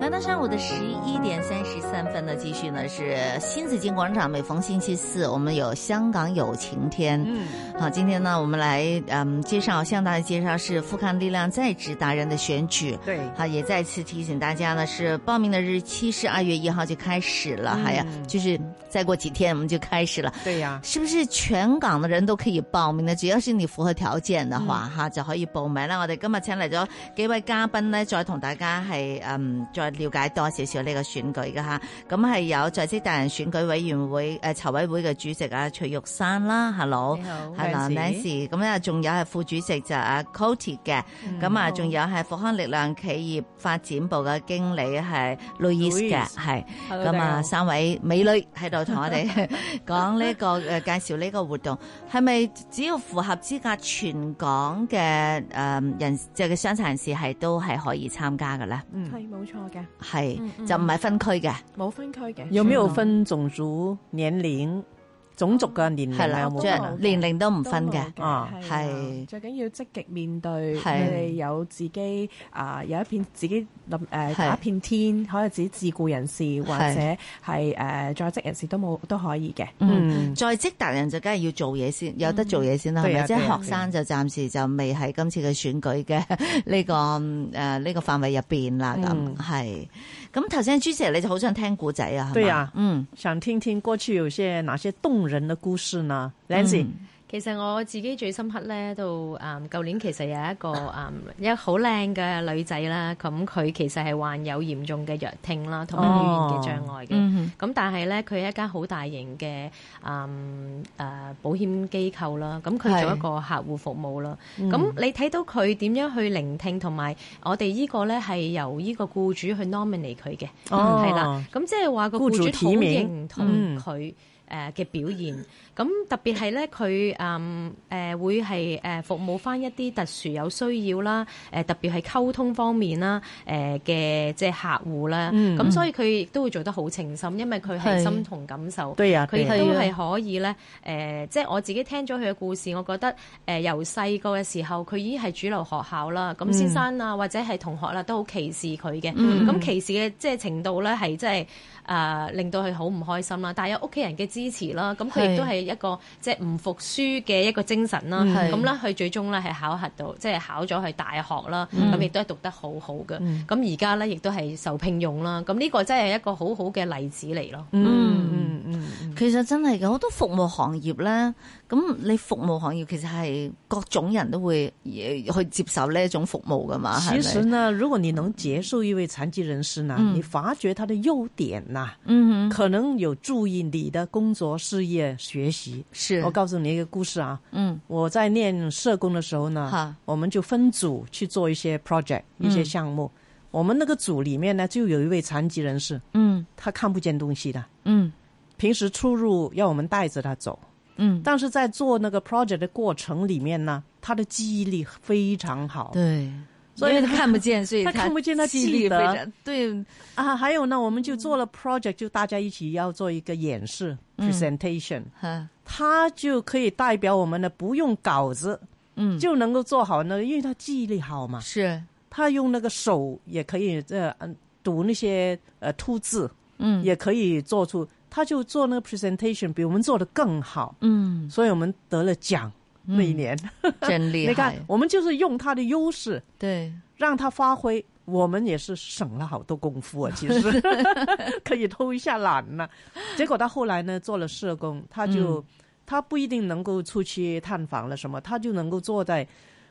来到上午的十一点三十三分呢，继续呢是新紫金广场，每逢星期四我们有香港有晴天。嗯，好，今天呢我们来嗯介绍向大家介绍是富康力量在职达人的选举。对，好，也再次提醒大家呢，是报名的日期是二月一号就开始了，还、呀，嗯就是再过几天我们就开始了。对呀、是不是全港嘅人都可以報名呢？只要是你符合條件嘅嗯話，吓、就可以報名啦。我哋今日請嚟咗幾位嘉賓呢，再同大家係嗯再了解多少少呢個選舉嘅吓。咁係有在職大人選舉委員會诶籌委會嘅主席啊徐玉山啦，hello。好係啦 Nancy ，Nancy，咁咧仲有係副主席就係阿 Cody 嘅，嗯咁啊仲有係復康力量企業發展部嘅經理係 Louis 嘅， Louise 係。 Hello，咁大家啊，好三位美女喺度同我哋 講呢個诶介紹呢個活動，係咪只要符合資格，全港嘅诶人即係嘅傷殘人士係都係可以參加嘅咧？嗯，系冇錯嘅，係嗯嗯就唔係分區嘅，冇分區嘅。有沒有分種族、年齡、種族嘅年係齡啊啦有，冇即可係能？年齡都唔都分嘅冇。啊係係啦最緊要積極面對，係佢哋有自己啊、有一片自己諗係誒打一片天，可以自己自僱人士或者係誒、在職人士都冇都可以嘅。嗯，嗯，在職達人就梗係要做嘢先，有嗯得做嘢先啦，係對咪？啊即對啊係學生就暫時就未喺今次嘅選舉嘅呢個诶呢個範圍入邊啦。咁嗯係咁頭先朱姐你就好想聽故仔啊，係嘛對啊嗯。想聽聽過去有些哪些動人的故事呢？Nancy，嗯其實我自己最深刻咧，到誒舊年其實有一個誒、嗯一個好靚嘅女仔啦，咁佢其實係患有嚴重嘅弱聽啦，同埋語言嘅障礙嘅。嗯咁但係咧，佢係一間好大型嘅嗯誒、呃保險機構啦，咁佢做係一個客戶服務啦。嗯咁、你睇到佢點樣去聆聽，同埋我哋呢個咧係由呢個僱主去 nominate 佢嘅，係、哦啦。咁即係話個僱僱主主提好名認同嗯佢。誒嘅表現，咁特別係咧，佢誒誒會係誒服務翻一啲特殊有需要啦，誒、呃特別係溝通方面啦，誒、嘅即係客戶啦，嗯咁、所以佢亦都會做得好情深，因為佢係心同感受。對呀，佢亦對呀都係啊可以咧，誒、即係我自己聽咗佢嘅故事，我覺得誒、由細個嘅時候，佢已經係主流學校啦，咁先生啊、或者係同學啦、都好歧視佢嘅，咁、歧視嘅即係程度咧係即係誒令到佢好唔開心啦，但係有屋企人嘅支持啦，咁佢亦都係一個即係唔服輸嘅一個精神啦，係咁啦佢最終咧係考核到，即係考咗去大學啦，咁亦都係讀得好好嘅，咁而家咧亦都係受聘用啦，咁呢個真係一個好好嘅例子嚟咯。嗯嗯嗯嗯，其實真係嘅，好多服務行業咧，咁你服務行業其實係各種人都會呃去接受呢一種服務噶嘛，啊其係實咪？呢，如果你能接受一位殘疾人士呢，嗯你發掘他的優點呐、嗯哼，可能有助於你的工作、事業、學習。是我，告訴你一個故事啊，嗯，我在念社工的時候哈呢，我們就分組去做一些 project、一嗯些項目。我們那個組裡面呢，就有一位殘疾人士，嗯，他看不見東西的，嗯，平時出入要我們帶着他走。嗯，但是在做那個 project 的過程裡面呢，他的記憶力非常好對，所以因為他看不見，所以他看不見他記記憶得非常對，啊。還有呢，我們就做了 project，就大家一起要做一個演示、presentation，嗯嚇他就可以代表我們的，不用稿子，嗯，就能夠做好呢，因為他記憶力好嘛。是，他用那個手也可以，呃，嗯读那些呃凸字，嗯，也可以做出，他就做那个 presentation 比我们做的更好，嗯，所以我们得了獎那一年。真你厲看害，，我們就是用他的優勢對，讓他發揮，我們也是省了好多功夫啊，其實可以偷一下懶了、结果他後來呢做了社工，他就、他不一定能夠出去探訪了什麼，他就能夠坐在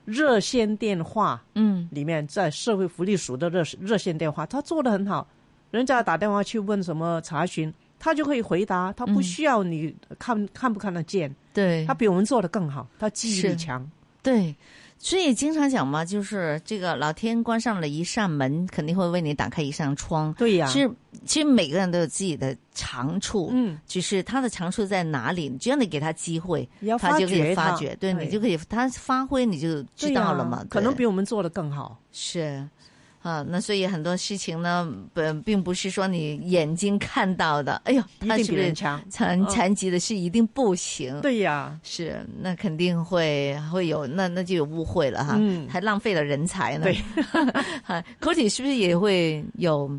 熱線電話。嗯，里面在社会福利署的热热线电话，他做的很好，人家打电话去问什么查询，他就可以回答，他不需要你看、看不看得见，對他，比我们做的更好，他记忆是力强，对，所以经常讲嘛，就是这个老天关上了一扇门，肯定会为你打开一扇窗。对呀、其实，其实每个人都有自己的长处，嗯，只是他的长处在哪里，只要你给他机会，要他发就可以掘发它掘，对对你就可以他发挥，你就知对呀道了嘛。可能对比我们做的更好。是。啊，那所以很多事情呢，本并不是说你眼睛看到的，哎呦，一他定是比不是人强残嗯残疾的是一定不行？对呀、是，那肯定会会有，那那就有误会了哈，嗯还浪费了人才呢。 对，哈 c o 是不是也会有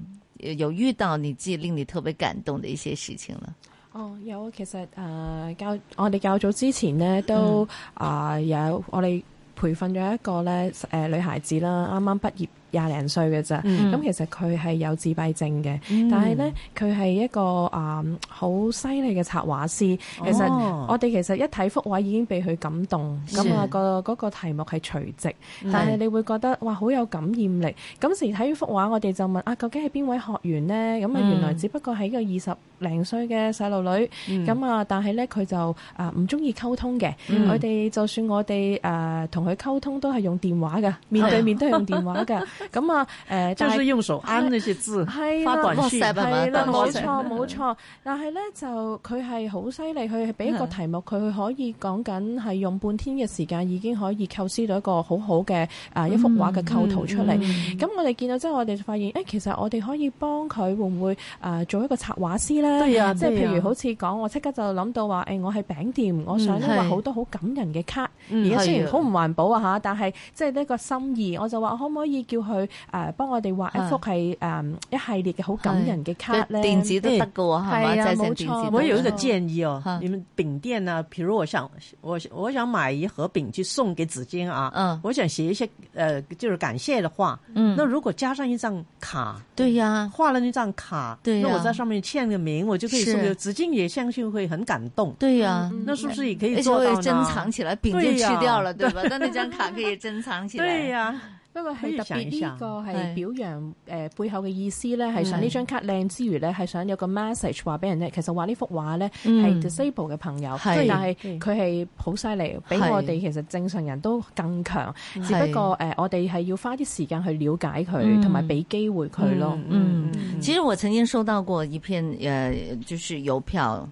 有遇到你自己令你特别感动的一些事情呢？哦，有啊其實誒、呃、教我哋較早之前呢，都啊、有我哋培訓咗一個咧誒、呃女孩子啦，啱啱畢業廿零歲嘅咋，咁、嗯其實佢係有自閉症嘅，但係咧佢係一個啊好犀利嘅插畫師，其實。哦我哋其實一睇幅畫已經被佢感動，咁啊是個嗰個題目係垂直，但係你會覺得哇好有感染力。咁時睇幅畫，我哋就問啊，究竟係邊位學員呢？咁啊嗯原來只不過係一個二十零歲嘅細路女，咁啊、但係咧佢就啊唔中意溝通嘅。嗯我哋就算我哋誒同佢溝通都係用電話㗎，面對面都係用電話㗎。咁啊 誒，就但係是用手按那些字，哎係發啦。短信 WhatsApp 係嘛係啦，當冇時錯冇錯，但係咧就佢係好犀利，佢係俾一個嗯題目，佢可以講緊係用半天嘅時間已經可以構思到一個好好嘅啊一幅畫嘅構圖出嗯嚟。咁我哋見到之後，我哋就發現，誒其實我哋可以幫佢會唔會啊做一個插畫師咧？對呀即係對呀譬如好似講，我即刻就諗到話，誒我係餅店，我想咧嗯係畫好多好感人嘅卡。嗯而家雖係啊然好唔環保啊嚇，但係即係呢個心意，我就話可唔可以叫佢誒幫我哋畫一幅係誒一系列嘅好感人嘅卡咧？啊電子都得噶喎，係嘛？係啊製成冇電錯子都我有一得个建议哦哈，你们饼店呢、比如我想我我想买一盒饼去送给紫金啊，嗯我想写一些呃就是感谢的话，嗯那如果加上一张卡，对呀，画了那张卡，对呀那我在上面签个名，我就可以送是给紫金，也相信会很感动。对呀。嗯那是不是也可以而且做会到呢？珍藏起来，饼就对吃呀掉了，对吧？ 但那张卡可以珍藏起来。对呀、不過可以係特想一別想呢個係係表揚誒背後嘅意思咧，嗯係想呢張卡靚之餘咧，係想有個 message 話俾人咧，其實畫呢幅畫咧嗯係 disable 嘅朋友，係嗯但係佢係好犀利，比係嗯我哋其實正常人都更強。只係不過誒，我哋係要花啲時間去了解嗯佢，同埋俾機會佢咯。嗯，其实我曾经收到过一片呃，就是邮票，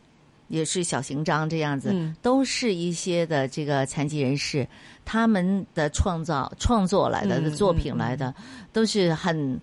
也是小型张这样子，嗯都是一些的这个残疾人士他们的创造创作来的、嗯作品来的，都是很。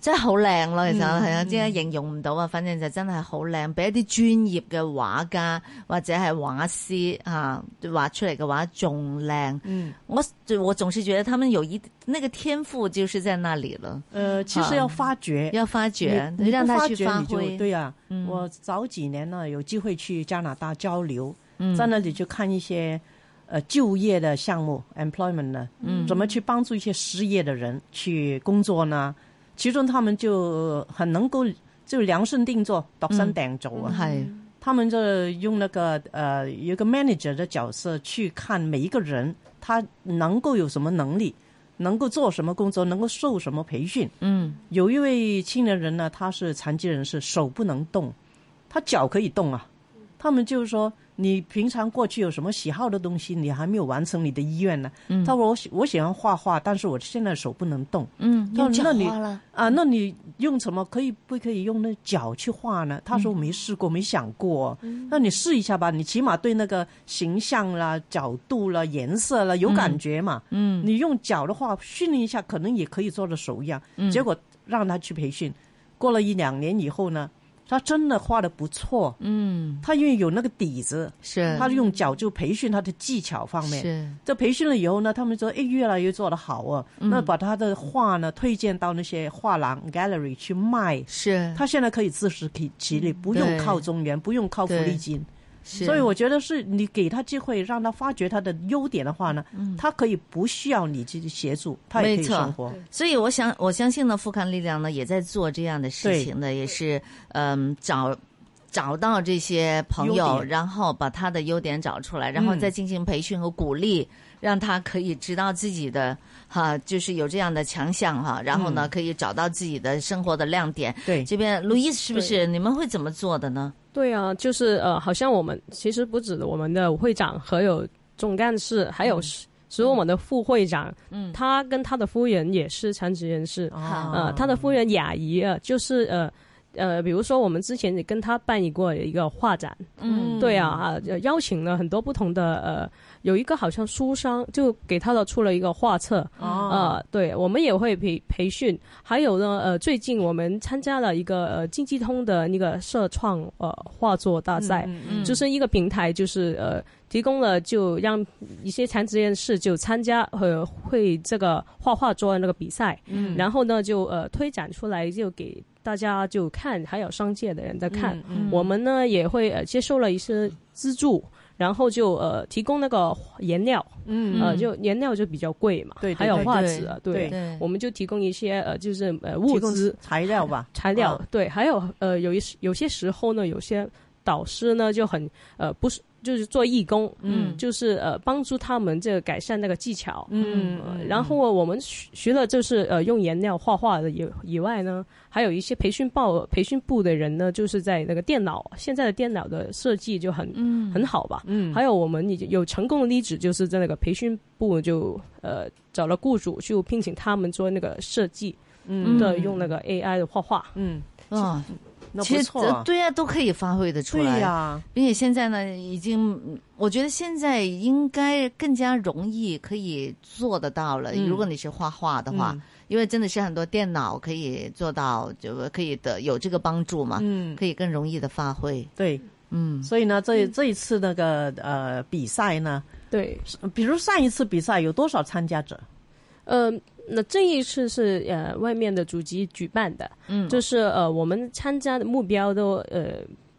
真係好靚咯，其實嗯係啊，即係形容唔到啊。反正就真係好靚，俾一啲專業嘅畫家或者係畫師啊畫出嚟嘅畫仲靚。嗯，我我總是覺得他們有一那個天賦就是在那裡了。呃，其实要发掘，啊要发掘，你你不让他发去掘发你就挥。对呀、嗯我早几年呢有机会去加拿大交流，嗯在那里就看一些呃就业的项目 （employment） 呢，嗯怎么去帮助一些失业的人去工作呢？其中他们就很能够就量身定做，度嗯身订造啊。系他们就用那个呃有一个 manager 的角色去看每一个人他能够有什么能力，能够做什么工作，能够受什么培训。嗯有一位青年人呢，他是残疾人士，手不能动，他脚可以动啊。他们就是说，你平常过去有什么喜好的东西，你还没有完成你的意愿呢？嗯他说我喜我喜欢画画，但是我现在手不能动嗯，那用脚那你花了，啊。那你用什么可以不可以用那脚去画呢？他嗯说我没试过，没想过。那你试一下吧，你起码对那个形象啦、角度啦、颜色啦有感觉嘛。嗯你用脚的话训练一下，可能也可以做到手一样。嗯结果让他去培训，过了一两年以后呢，他真的画的不错。嗯他因为有那个底子，是，他用脚就培训他的技巧方面。是这培训了以后呢，他们说哎越来越做得好哦、嗯那把他的画呢推荐到那些画廊 gallery 去卖。是，他现在可以自食其其力，不用对靠中原，不用靠福利金，是所以我觉得是你给他机会，让他发掘他的优点的话呢，嗯他可以不需要你去协助，他也可没以错生活。所以我想，我相信呢，富康力量呢也在做这样的事情的，也是嗯找。找到这些朋优友，点嗯然后把他的优点找出来，然后再进行培训和鼓励，让他可以知道自己的哈，就是有这样的强项哈，然后呢，嗯可以找到自己的生活的亮点。对这边路易斯是不是你们会怎么做的呢？对啊，就是呃，好像我们其实不止我们的会长和有总干事，还有所以我们的副会长，嗯哦他跟他的夫人也是残疾人士，哦好呃，他的夫人雅怡啊，呃就是呃。呃，比如说我们之前也跟他办理过一个画展，嗯对啊啊，呃邀请了很多不同的呃，有一个好像书商就给他的出了一个画册，哦，呃，对，我们也会培培训，还有呢，呃，最近我们参加了一个呃经济通的那个社创呃画作大赛，嗯就是一个平台，就是呃提供了就让一些残疾人士就参加呃会这个画画桌的那个比赛，嗯然后呢就呃推展出来就给大家就看，还有商界的人在看，嗯我们呢也会呃接受了一些资助。然后就呃提供那个颜料，嗯呃嗯就颜料就比较贵嘛，对对还有对画纸啊，对对，对我们就提供一些呃就是呃物提供资材料吧，材料，啊对，还有呃有一有些时候呢，有些导师呢就很呃不是就是做义工，嗯就是呃帮助他们这个改善那个技巧，嗯呃然后我们学学了就是呃用颜料画画的以以外呢，还有一些培训报培训部的人呢，就是在那个电脑现在的电脑的设计就很、嗯很好吧，嗯还有我们已经有成功的例子，就是在那个培训部就呃找了雇主去聘请他们做那个设计嗯的，用那个 AI 的画画。嗯，哦，那其不实错啊，对啊，都可以发挥的出对来。啊呀，并且现在呢，已经我觉得现在应该更加容易可以做得到了。嗯如果你是画画的话，嗯因为真的是很多电脑可以做到，就可以的有这个帮助嘛，嗯，啊可以更容易的发挥。对，嗯，所以呢，这这一次那个呃比赛呢，对，比如上一次比赛有多少参加者？呃，那这一次是呃外面的主机举办的，嗯就是呃我们参加的目标都呃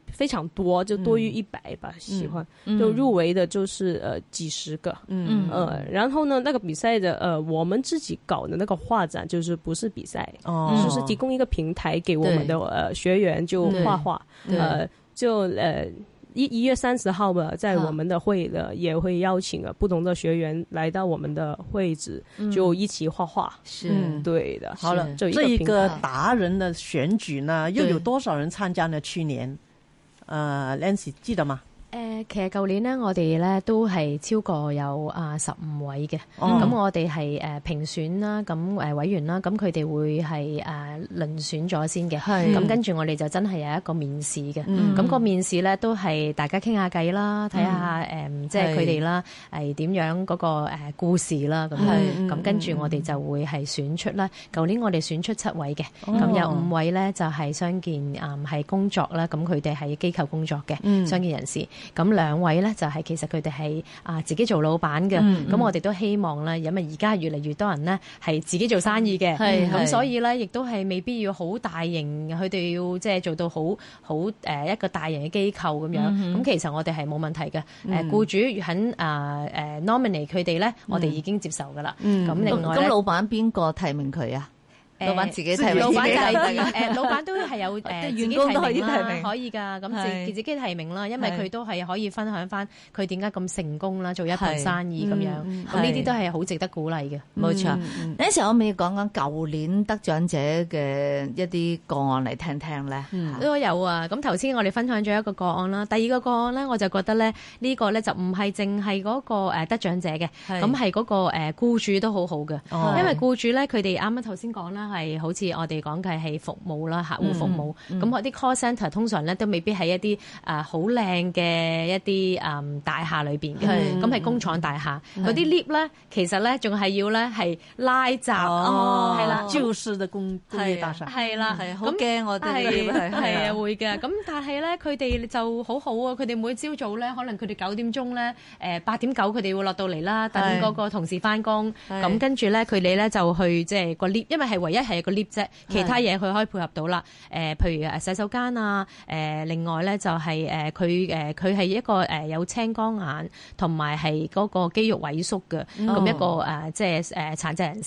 非常多，就多嗯于一百吧，喜欢就入围的就是呃几十个。嗯呃，然后呢，那个比赛的呃，我们自己搞的那个画展就是不是比赛，哦，就是提供一个平台给我们的呃学员就对画画，对呃，就呃一一月三十号吧，在啊我们的会的也会邀请了不同的学员来到我们的会址，就一起画画。是嗯对的，好了，就这一一平个台达人的选举呢，又对有多少人参加呢？去年，呃，Lancy 记得吗？誒，呃其實舊年呢，我哋咧都係超過有啊十五位嘅，咁、哦我哋係誒評選啦，咁誒委員啦，咁佢哋會係誒輪選咗先嘅，係咁跟住我哋就真係有一個面試嘅，咁、嗯個面試咧都係大家傾下偈啦，睇下誒即係佢哋啦，係點樣嗰個誒故事啦，咁係樣咁跟住我哋就會係選出啦。舊年我哋選出七位嘅，咁、有五位咧就係相見誒係工作啦，咁佢哋喺機構工作嘅。嗯相關人士，咁兩位咧就係、其實佢哋係啊自己做老闆嘅，咁、嗯嗯我哋都希望咧，因為而家越嚟越多人咧係自己做生意嘅，嗯係係咁所以咧亦都係未必要好大型，佢哋要即係做到好好呃誒一個大型嘅機構咁樣，嗯咁、其實我哋係冇問題嘅，誒、僱主肯啊誒、nominate 佢哋咧，我哋已經接受㗎啦，咁、嗯另嗯外咁咧老。闆邊個提名佢啊？誒老闆自己提名，老闆就係誒，老闆都係 有呃即係誒自員己工都可以提名提啦名，可以㗎。咁係自自己提名啦，因為係佢都係可以分享翻佢點解咁成功啦，做一盤係生意咁樣。嗯哦咁呢啲都係好值得鼓勵嘅。冇錯。嗯有陣時我咪講講舊年得獎者嘅一啲個案嚟聽聽咧。嚇都有啊！咁頭先我哋分享咗一個個案啦，第二個個案咧，我就覺得咧呢個咧就唔係淨係嗰個誒得獎者嘅，係咁係嗰個誒僱主都好好嘅，哦因為僱主咧佢哋啱啱頭先講啦，係好似我哋講嘅係服務啦，客戶服務，咁嗰啲 call centre 通常咧都未必喺一啲誒好靚嘅一啲誒大廈裏邊嘅，係咁係工廠大廈嗰啲 lift 咧，其實咧仲係要咧係拉閘，哦，係啦，旧式的工啊工业大厦，係啦，係好咁驚我哋呢啲係係係係啊啊，會嘅。咁但係咧，佢哋就好好啊。佢哋每朝早咧，可能佢哋九點鐘咧，誒八點九佢哋會落到嚟啦，等係嗰個同事翻工。係咁跟住咧，佢哋咧就去即係個 lift，因為係唯一係個 lift 啫，其他嘢佢可以配合到啦。誒，譬如誒洗手間啊，誒另外咧就係誒佢誒佢係一個誒有青光眼同埋係嗰個肌肉萎縮嘅嗯咁一個誒即係誒殘疾人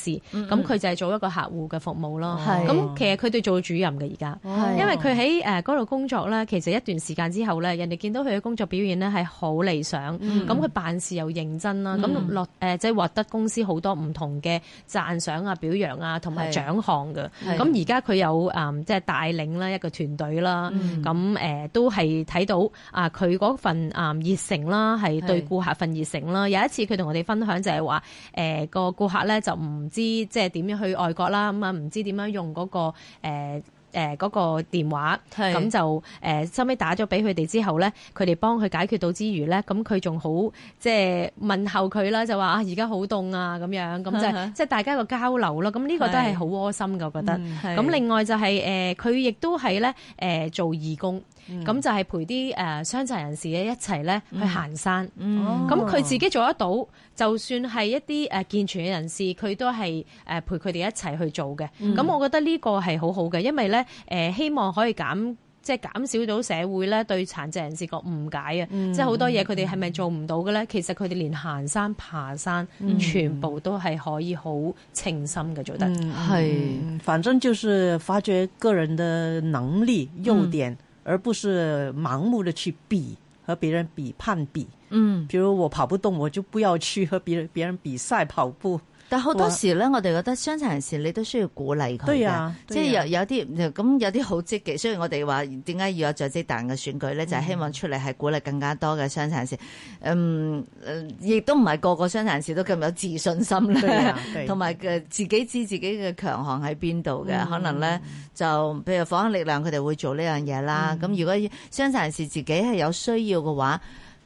士。咁佢就係做一個客戶嘅服務咯。係咁其實佢哋做主任嘅而家。哦係因為佢喺誒嗰度工作咧，其實一段時間之後咧，人哋見到佢嘅工作表現咧係好理想，咁佢、辦事又認呃真啦，咁落誒即係獲得公司好多唔同嘅讚賞啊、表揚啊，同埋係獎項嘅。係咁而家佢有誒即係帶領啦一個團隊啦，嗯咁誒、呃都係睇到啊佢嗰份啊、熱誠啦，係對係顧客份熱誠啦。有一次佢同我哋分享就係話誒個顧客咧就唔知即係點樣去外國啦，咁啊唔知點樣用嗰、個誒誒嗰個電話。係咁就誒收尾打咗俾佢哋之後咧，佢哋幫佢解決到之餘咧，咁佢仲好即係問候佢啦，就話啊而家好凍啊咁樣，咁就嗯哼係即係大家個交流咯。咁呢個都係係好窩心嘅，我覺得。係咁另外就係、誒，佢、亦都係咧誒做義工，咁、嗯就係陪啲誒、呃、傷殘人士咧一齊咧去行山。哦嗯咁佢自己做得到，就算係一啲誒健全嘅人士，佢都係誒陪佢哋一齊去做嘅。咁、嗯我覺得呢個係好好嘅，因為咧誒希望可以減。即係減少到社會咧對殘疾人士個誤解啊！嗯即係好多嘢佢哋係咪做唔到嘅咧？其實佢哋連行山、爬山，嗯全部都係可以好清心嘅做得。係嗯，反正就是发掘个人的能力、优嗯点，而不是盲目的去比和别人比、攀比。嗯，比如我跑不动，我就不要去和别人别人比赛跑步。但好多時咧，我哋覺得傷殘人士你都需要鼓勵佢對嘅啊，即對係啊有有啲咁有啲好積極。雖然我哋話點解要有在職蛋嘅選舉咧，就嗯係希望出嚟係鼓勵更加多嘅傷殘人士。嗯，呃亦都唔係個個傷殘人士都咁有自信心 對咧啊對，同埋嘅自己知自己嘅強項喺邊度嘅，可能咧就譬如火眼力量佢哋會做呢樣嘢啦。咁如果傷殘人士自己係有需要嘅話，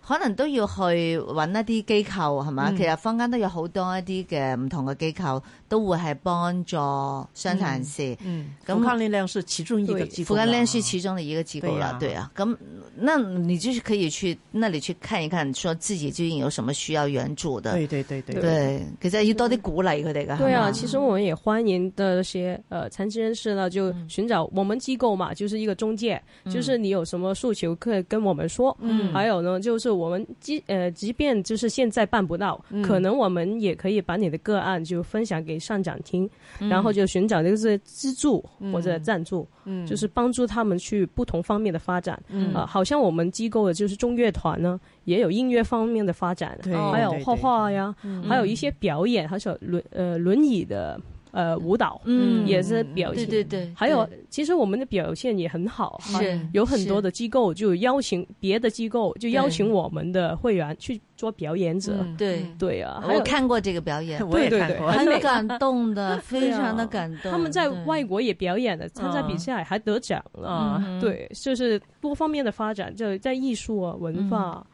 可能都要去揾一啲機構係嘛？其實坊間都有好多一啲嘅唔同嘅機構都會係幫助傷殘人士。嗯，咁咁抗力量是其中一个对机构福啦。冈练是其中的一个机构了，对对啊，咁那你就是可以去那里去看一看，說自己究竟有什麼需要援助的。对对对对对對，其實要多啲鼓勵佢哋噶。对係嘛啊，其实我们也欢迎的些呃残疾人士呢，就寻找我们机构嘛，就是一个中介，就是你有什么诉求可以跟我们说。嗯，还有呢，就是我们即呃，即便就是现在办不到，可能我们也可以把你的个案就分享给上长听，然后就寻找就是资助或者赞助，嗯，就是帮助他们去不同方面的发展。嗯，啊，好像我们机构的就是中乐团呢，也有音乐方面的发展，对还有对画对画呀，还有嗯一些表演，还有轮呃轮椅的呃舞蹈，嗯也是表对现。对对，还有，其实我们的表现也很好，是还有很多是的机构就邀请别的机构就邀请我们的会员去做表演者，对，对啊，嗯还我有看過這個表演， 我也对对看对过。很感動 的，非常的感嗯動。啊他们在對外国也表演了，参加嗯比赛还得奖了，对，就是多方面的发展，就在艺术啊、文化、嗯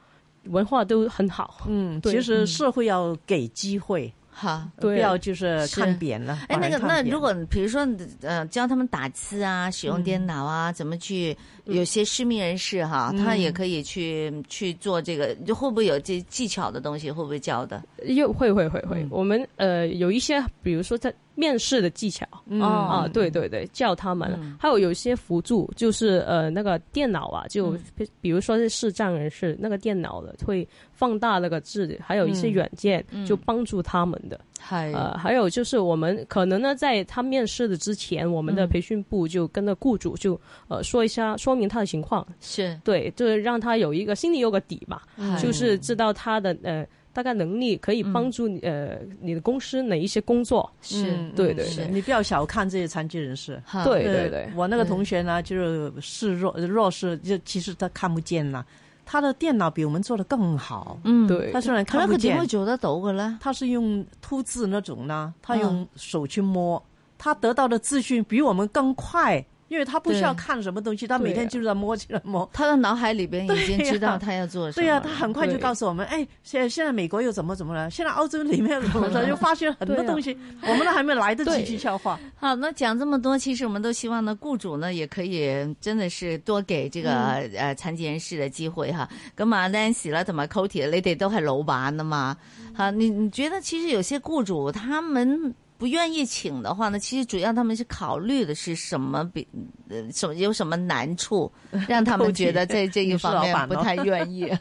文化都很好， 嗯，对其实社会要给机会，好。对不要就是是看扁了。哎，把那人个，看那扁如果比如说，呃，教他们打字啊，使嗯用电脑啊，怎么去？有些失明人士哈，嗯他也可以去去做这个，就会不会有这技巧的东西？会不会教的？又会会会会，我们呃有一些，比如说在面试的技巧嗯啊，哦，对对对，叫他们，还有有一些辅助，就是呃那个电脑啊，就比如说是视障人士那个电脑的会放大那个字，还有一些软件就帮助他们的。系呃，还有就是我们可能呢，在他面试的之前，我们的培训部就跟着雇主就呃说一下，说明他的情况，是，对，就是让他有一个心里有个底吧。嗯哎就是知道他的呃大概能力可以帮助你、呃你的公司哪一些工作。是嗯对对嗯对你不要小看这些残疾人士。哈对呃对对我那个同学呢，就是视弱弱视，就其实他看不见了，他的电脑比我们做的更好。嗯，对他虽然可能看不佢点见会，做得到嘅咧？他是用凸字那种呢，他嗯用手去摸，他得到的资讯比我们更快，因为他不需要对看什么东西，他每对天就是在摸，就在摸。他的脑海里边已经对呀知道他要做什么对了。呀、他很快就对告诉我们，哎，现在现在美国又怎么怎么了？现在澳洲里面怎么着，就发现很多对呀东西，我们都还没来得及对去消化。好，那讲这么多，其实我们都希望呢，雇主呢也可以真的是多给这個嗯诶殘疾人士嘅機會哈。咁啊，Nancy 啦同埋 Cody，你哋都係老闆啊嘛，嗯哈，你你觉得其實有些雇主他們不願意請的話呢，其實主要他們是考慮的是什麼比呃什么有什麼難 處，讓他們覺得在這一方你是老面闆哦不太願意。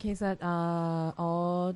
其實誒、呃我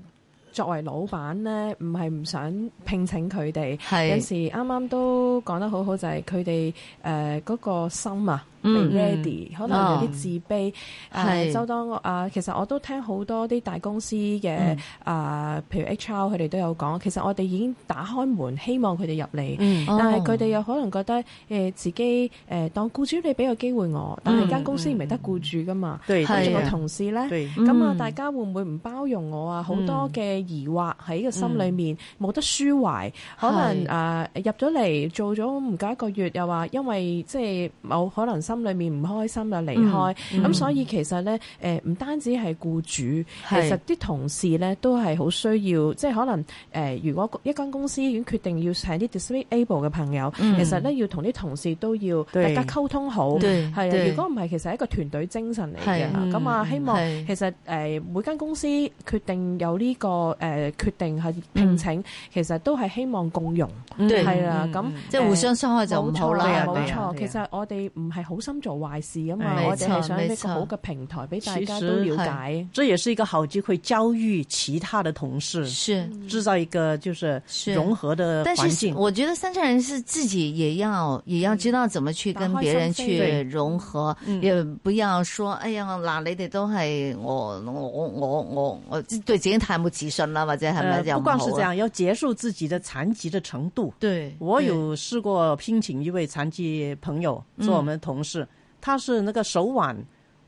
作為老闆呢，唔係唔想聘請佢哋，有係呃時啱啱都講得好好，就係佢哋誒嗰個心啊，嗯哦未 ready，可能有啲自卑。係誒，周當啊，其實我都聽好多啲大公司嗯嘅啊，譬如 HR 佢哋都有講，其實我哋已經打開門，希望佢哋入嚟。嗯哦但係佢哋又可能覺得誒、呃自己誒、呃、當僱主，你俾個機會我，但係間公司唔係得僱主噶嘛，對嗯係啊跟住對個同事咧。對咁啊，嗯大家會唔會唔包容我啊？好多嘅疑惑喺個心裏面冇得抒懷，可能嗯係啊入咗嚟做咗唔夠一個月，又話因為即係某可能心裏面唔開心又離開，嗯咁所以其實咧誒唔單止係僱主，其係實啲同事咧都係好需要，即係可能誒、呃如果一間公司已經決定要請啲 disable 嘅朋友，嗯其實咧要同啲同事都要大對家溝通好，對係啊。對如果唔係，其實係一個團隊精神嚟係嗯嘅。咁啊，希望係其實誒、呃每間公司決定有呢、個誒、呃、決定係聘請，嗯其實都係希望共融，對係嗯啦。咁即係互相傷害就唔好啦，係係啊冇錯冇咪係啊錯。其實我哋唔係好心做壞事啊嘛，嗯係我哋係想沒一錯個好嘅平台俾大家其都實了係解。这也是一个好机会，教育其他的同事，是制造一个就是是融合的但环是境。我觉得三站人是自己也要也要知道怎么去跟别人打去融合，也不要说哎呀嗱，你哋都系我我我我我我对自己太冇自信啦，或者系咪呃，又唔不好光啊是这，样，要结束自己的残疾的程度。对，嗯我有试过聘请一位残疾朋友做我们的同事，他是那个手腕，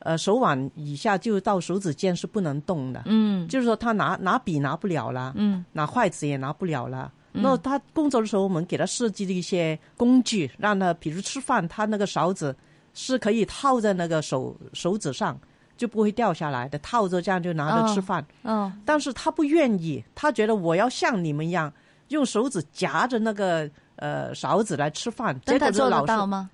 呃，手腕以下就到手指尖是不能动的，嗯就是说他拿拿笔拿不了了，嗯拿筷子也拿不了了。那他工作的时候，我们给他设计了一些工具，让他比如吃饭，他那个勺子是可以套在那个手手指上，就不会掉下来的，套着这样就拿着吃饭。哦但是他不愿意，他觉得我要像你们一样用手指夹着那个呃勺子来吃饭，但结他果做得就老到是吗？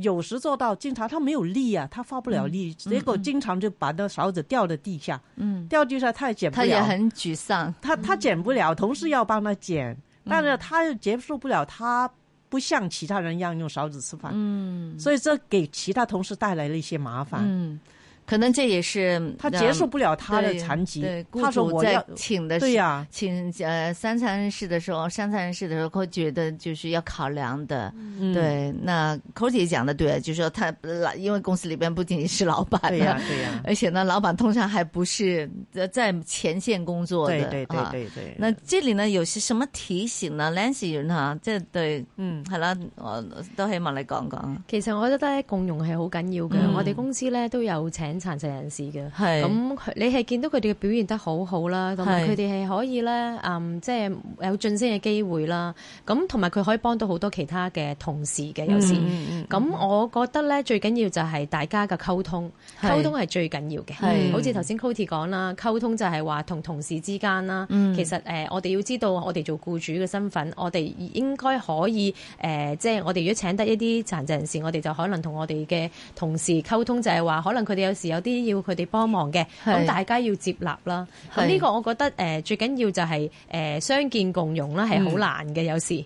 有时做到，经常他没有力啊，他发不了力，结果经常就把那勺子掉在地下，嗯，掉地下他也捡不他也了，很嗯沮丧，他他捡不了，同事要帮他捡，嗯但是他又接受不了，他不像其他人一样用勺子吃饭，嗯，所以这给其他同事带来了一些麻烦，嗯，可能这也是他嗯接受不了他的对残疾对，他雇说主我在要，请的对时呀、 请呃三餐人士的时候，三餐人士的时候，会觉得就是要考量的。嗯对，那寇姐讲的对，就是说他老，因为公司里边不仅仅是老板对呀、的，对呀、而且呢，老板通常还不是在在前线工作对的对对啊。对对。嗯那这里呢，有些什么提醒呢？Lancy 哈，即系对，嗯系啦，我都希望你讲讲。其實我覺得咧，共融係好緊要嘅。嗯我哋公司咧都有請殘疾人士嘅。係咁佢，你係見到佢哋嘅表現得好好啦，同埋係佢哋係可以咧，嗯，即係有晉升嘅機會啦。咁同埋佢可以幫到好多其他嘅同事嘅，有嗯時。嗯咁我覺得咧，最緊要就係大家嘅溝通，係溝通係最緊要嘅。係好似頭先 Cody 講啦，溝通就係話同同事之間啦。其實誒、呃我哋要知道我哋做僱主嘅身份，我哋應該可以誒、呃即係我哋如果請得一啲殘疾人士，我哋就可能同我哋嘅同事溝通，就係話可能佢哋有時有啲要佢哋幫忙嘅，係咁大家要接納啦。咁係呢個我覺得誒、呃最緊要就係、呃相見共融啦，係好難嘅有時。咁、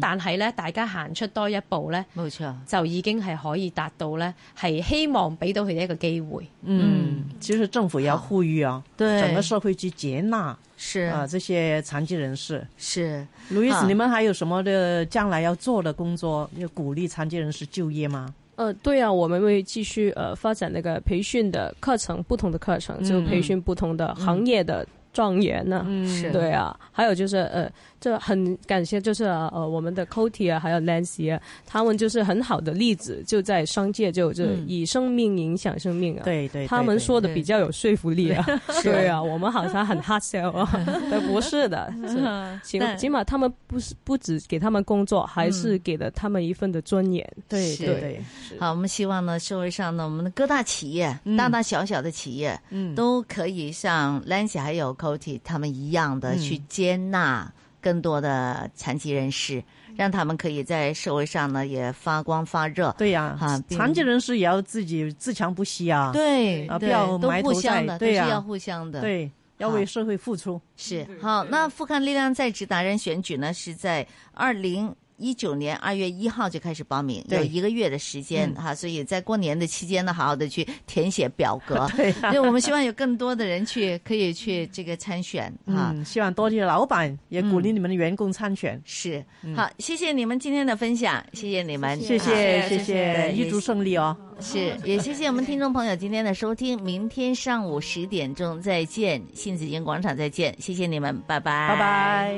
但係咧，大家行出多一步咧。冇错，就已經係可以達到呢，係希望俾到佢哋一個機會。嗯，其实政府也要呼吁啊，对整个社会去接纳啊、是这些残疾人士。是。路易啊斯，你们还有什么的将来要做的工作，要鼓励残疾人士就业吗？呃，对啊，我们会继续呃发展那个培训的课程，不同的课程，就嗯培训不同的行业的状元呢、是嗯对啊，还有就是呃，这很感谢就是呃我们的 Cody 啊，还有 Lancy 啊，他们就是很好的例子，就在商界就就以生命影响生命啊。嗯对对，他们说的比较有说服力啊，对 对啊，我们好像很 hard sell 啊，但不 是的，嗯是起但起码他们不是不只给他们工作，还嗯是给了他们一份的尊严。对是对对对，好，我们希望呢，社会上呢，我们的各大企业，大大小小的企业，嗯都可以像 Lancy 还有 Cody 他们一样的嗯去接纳更多的残疾人士，嗯让他们可以在社会上呢也发光发热。对呀、啊比如残疾人士也要自己自强不息啊，对啊对不要都埋头互相在的，都对是呀要互相的。对要为社会付出。嗯是好，那富康力量在职达人选举呢，是在二零一九年二月一号就开始报名，对嗯有一个月的时间哈、所以在过年的期间呢，好好的去填写表格。 对所呀、以我们希望有更多的人去可以去这个参选哈。嗯，希望多些老板也鼓励你们的员工参选。是，好，谢谢你们今天的分享，谢谢你们，嗯谢谢谢谢，对预祝胜利哦。是，也谢谢我们听众朋友今天的收听，明天上午十点钟再见，新紫荆广场再见，谢谢你们，拜拜，拜拜。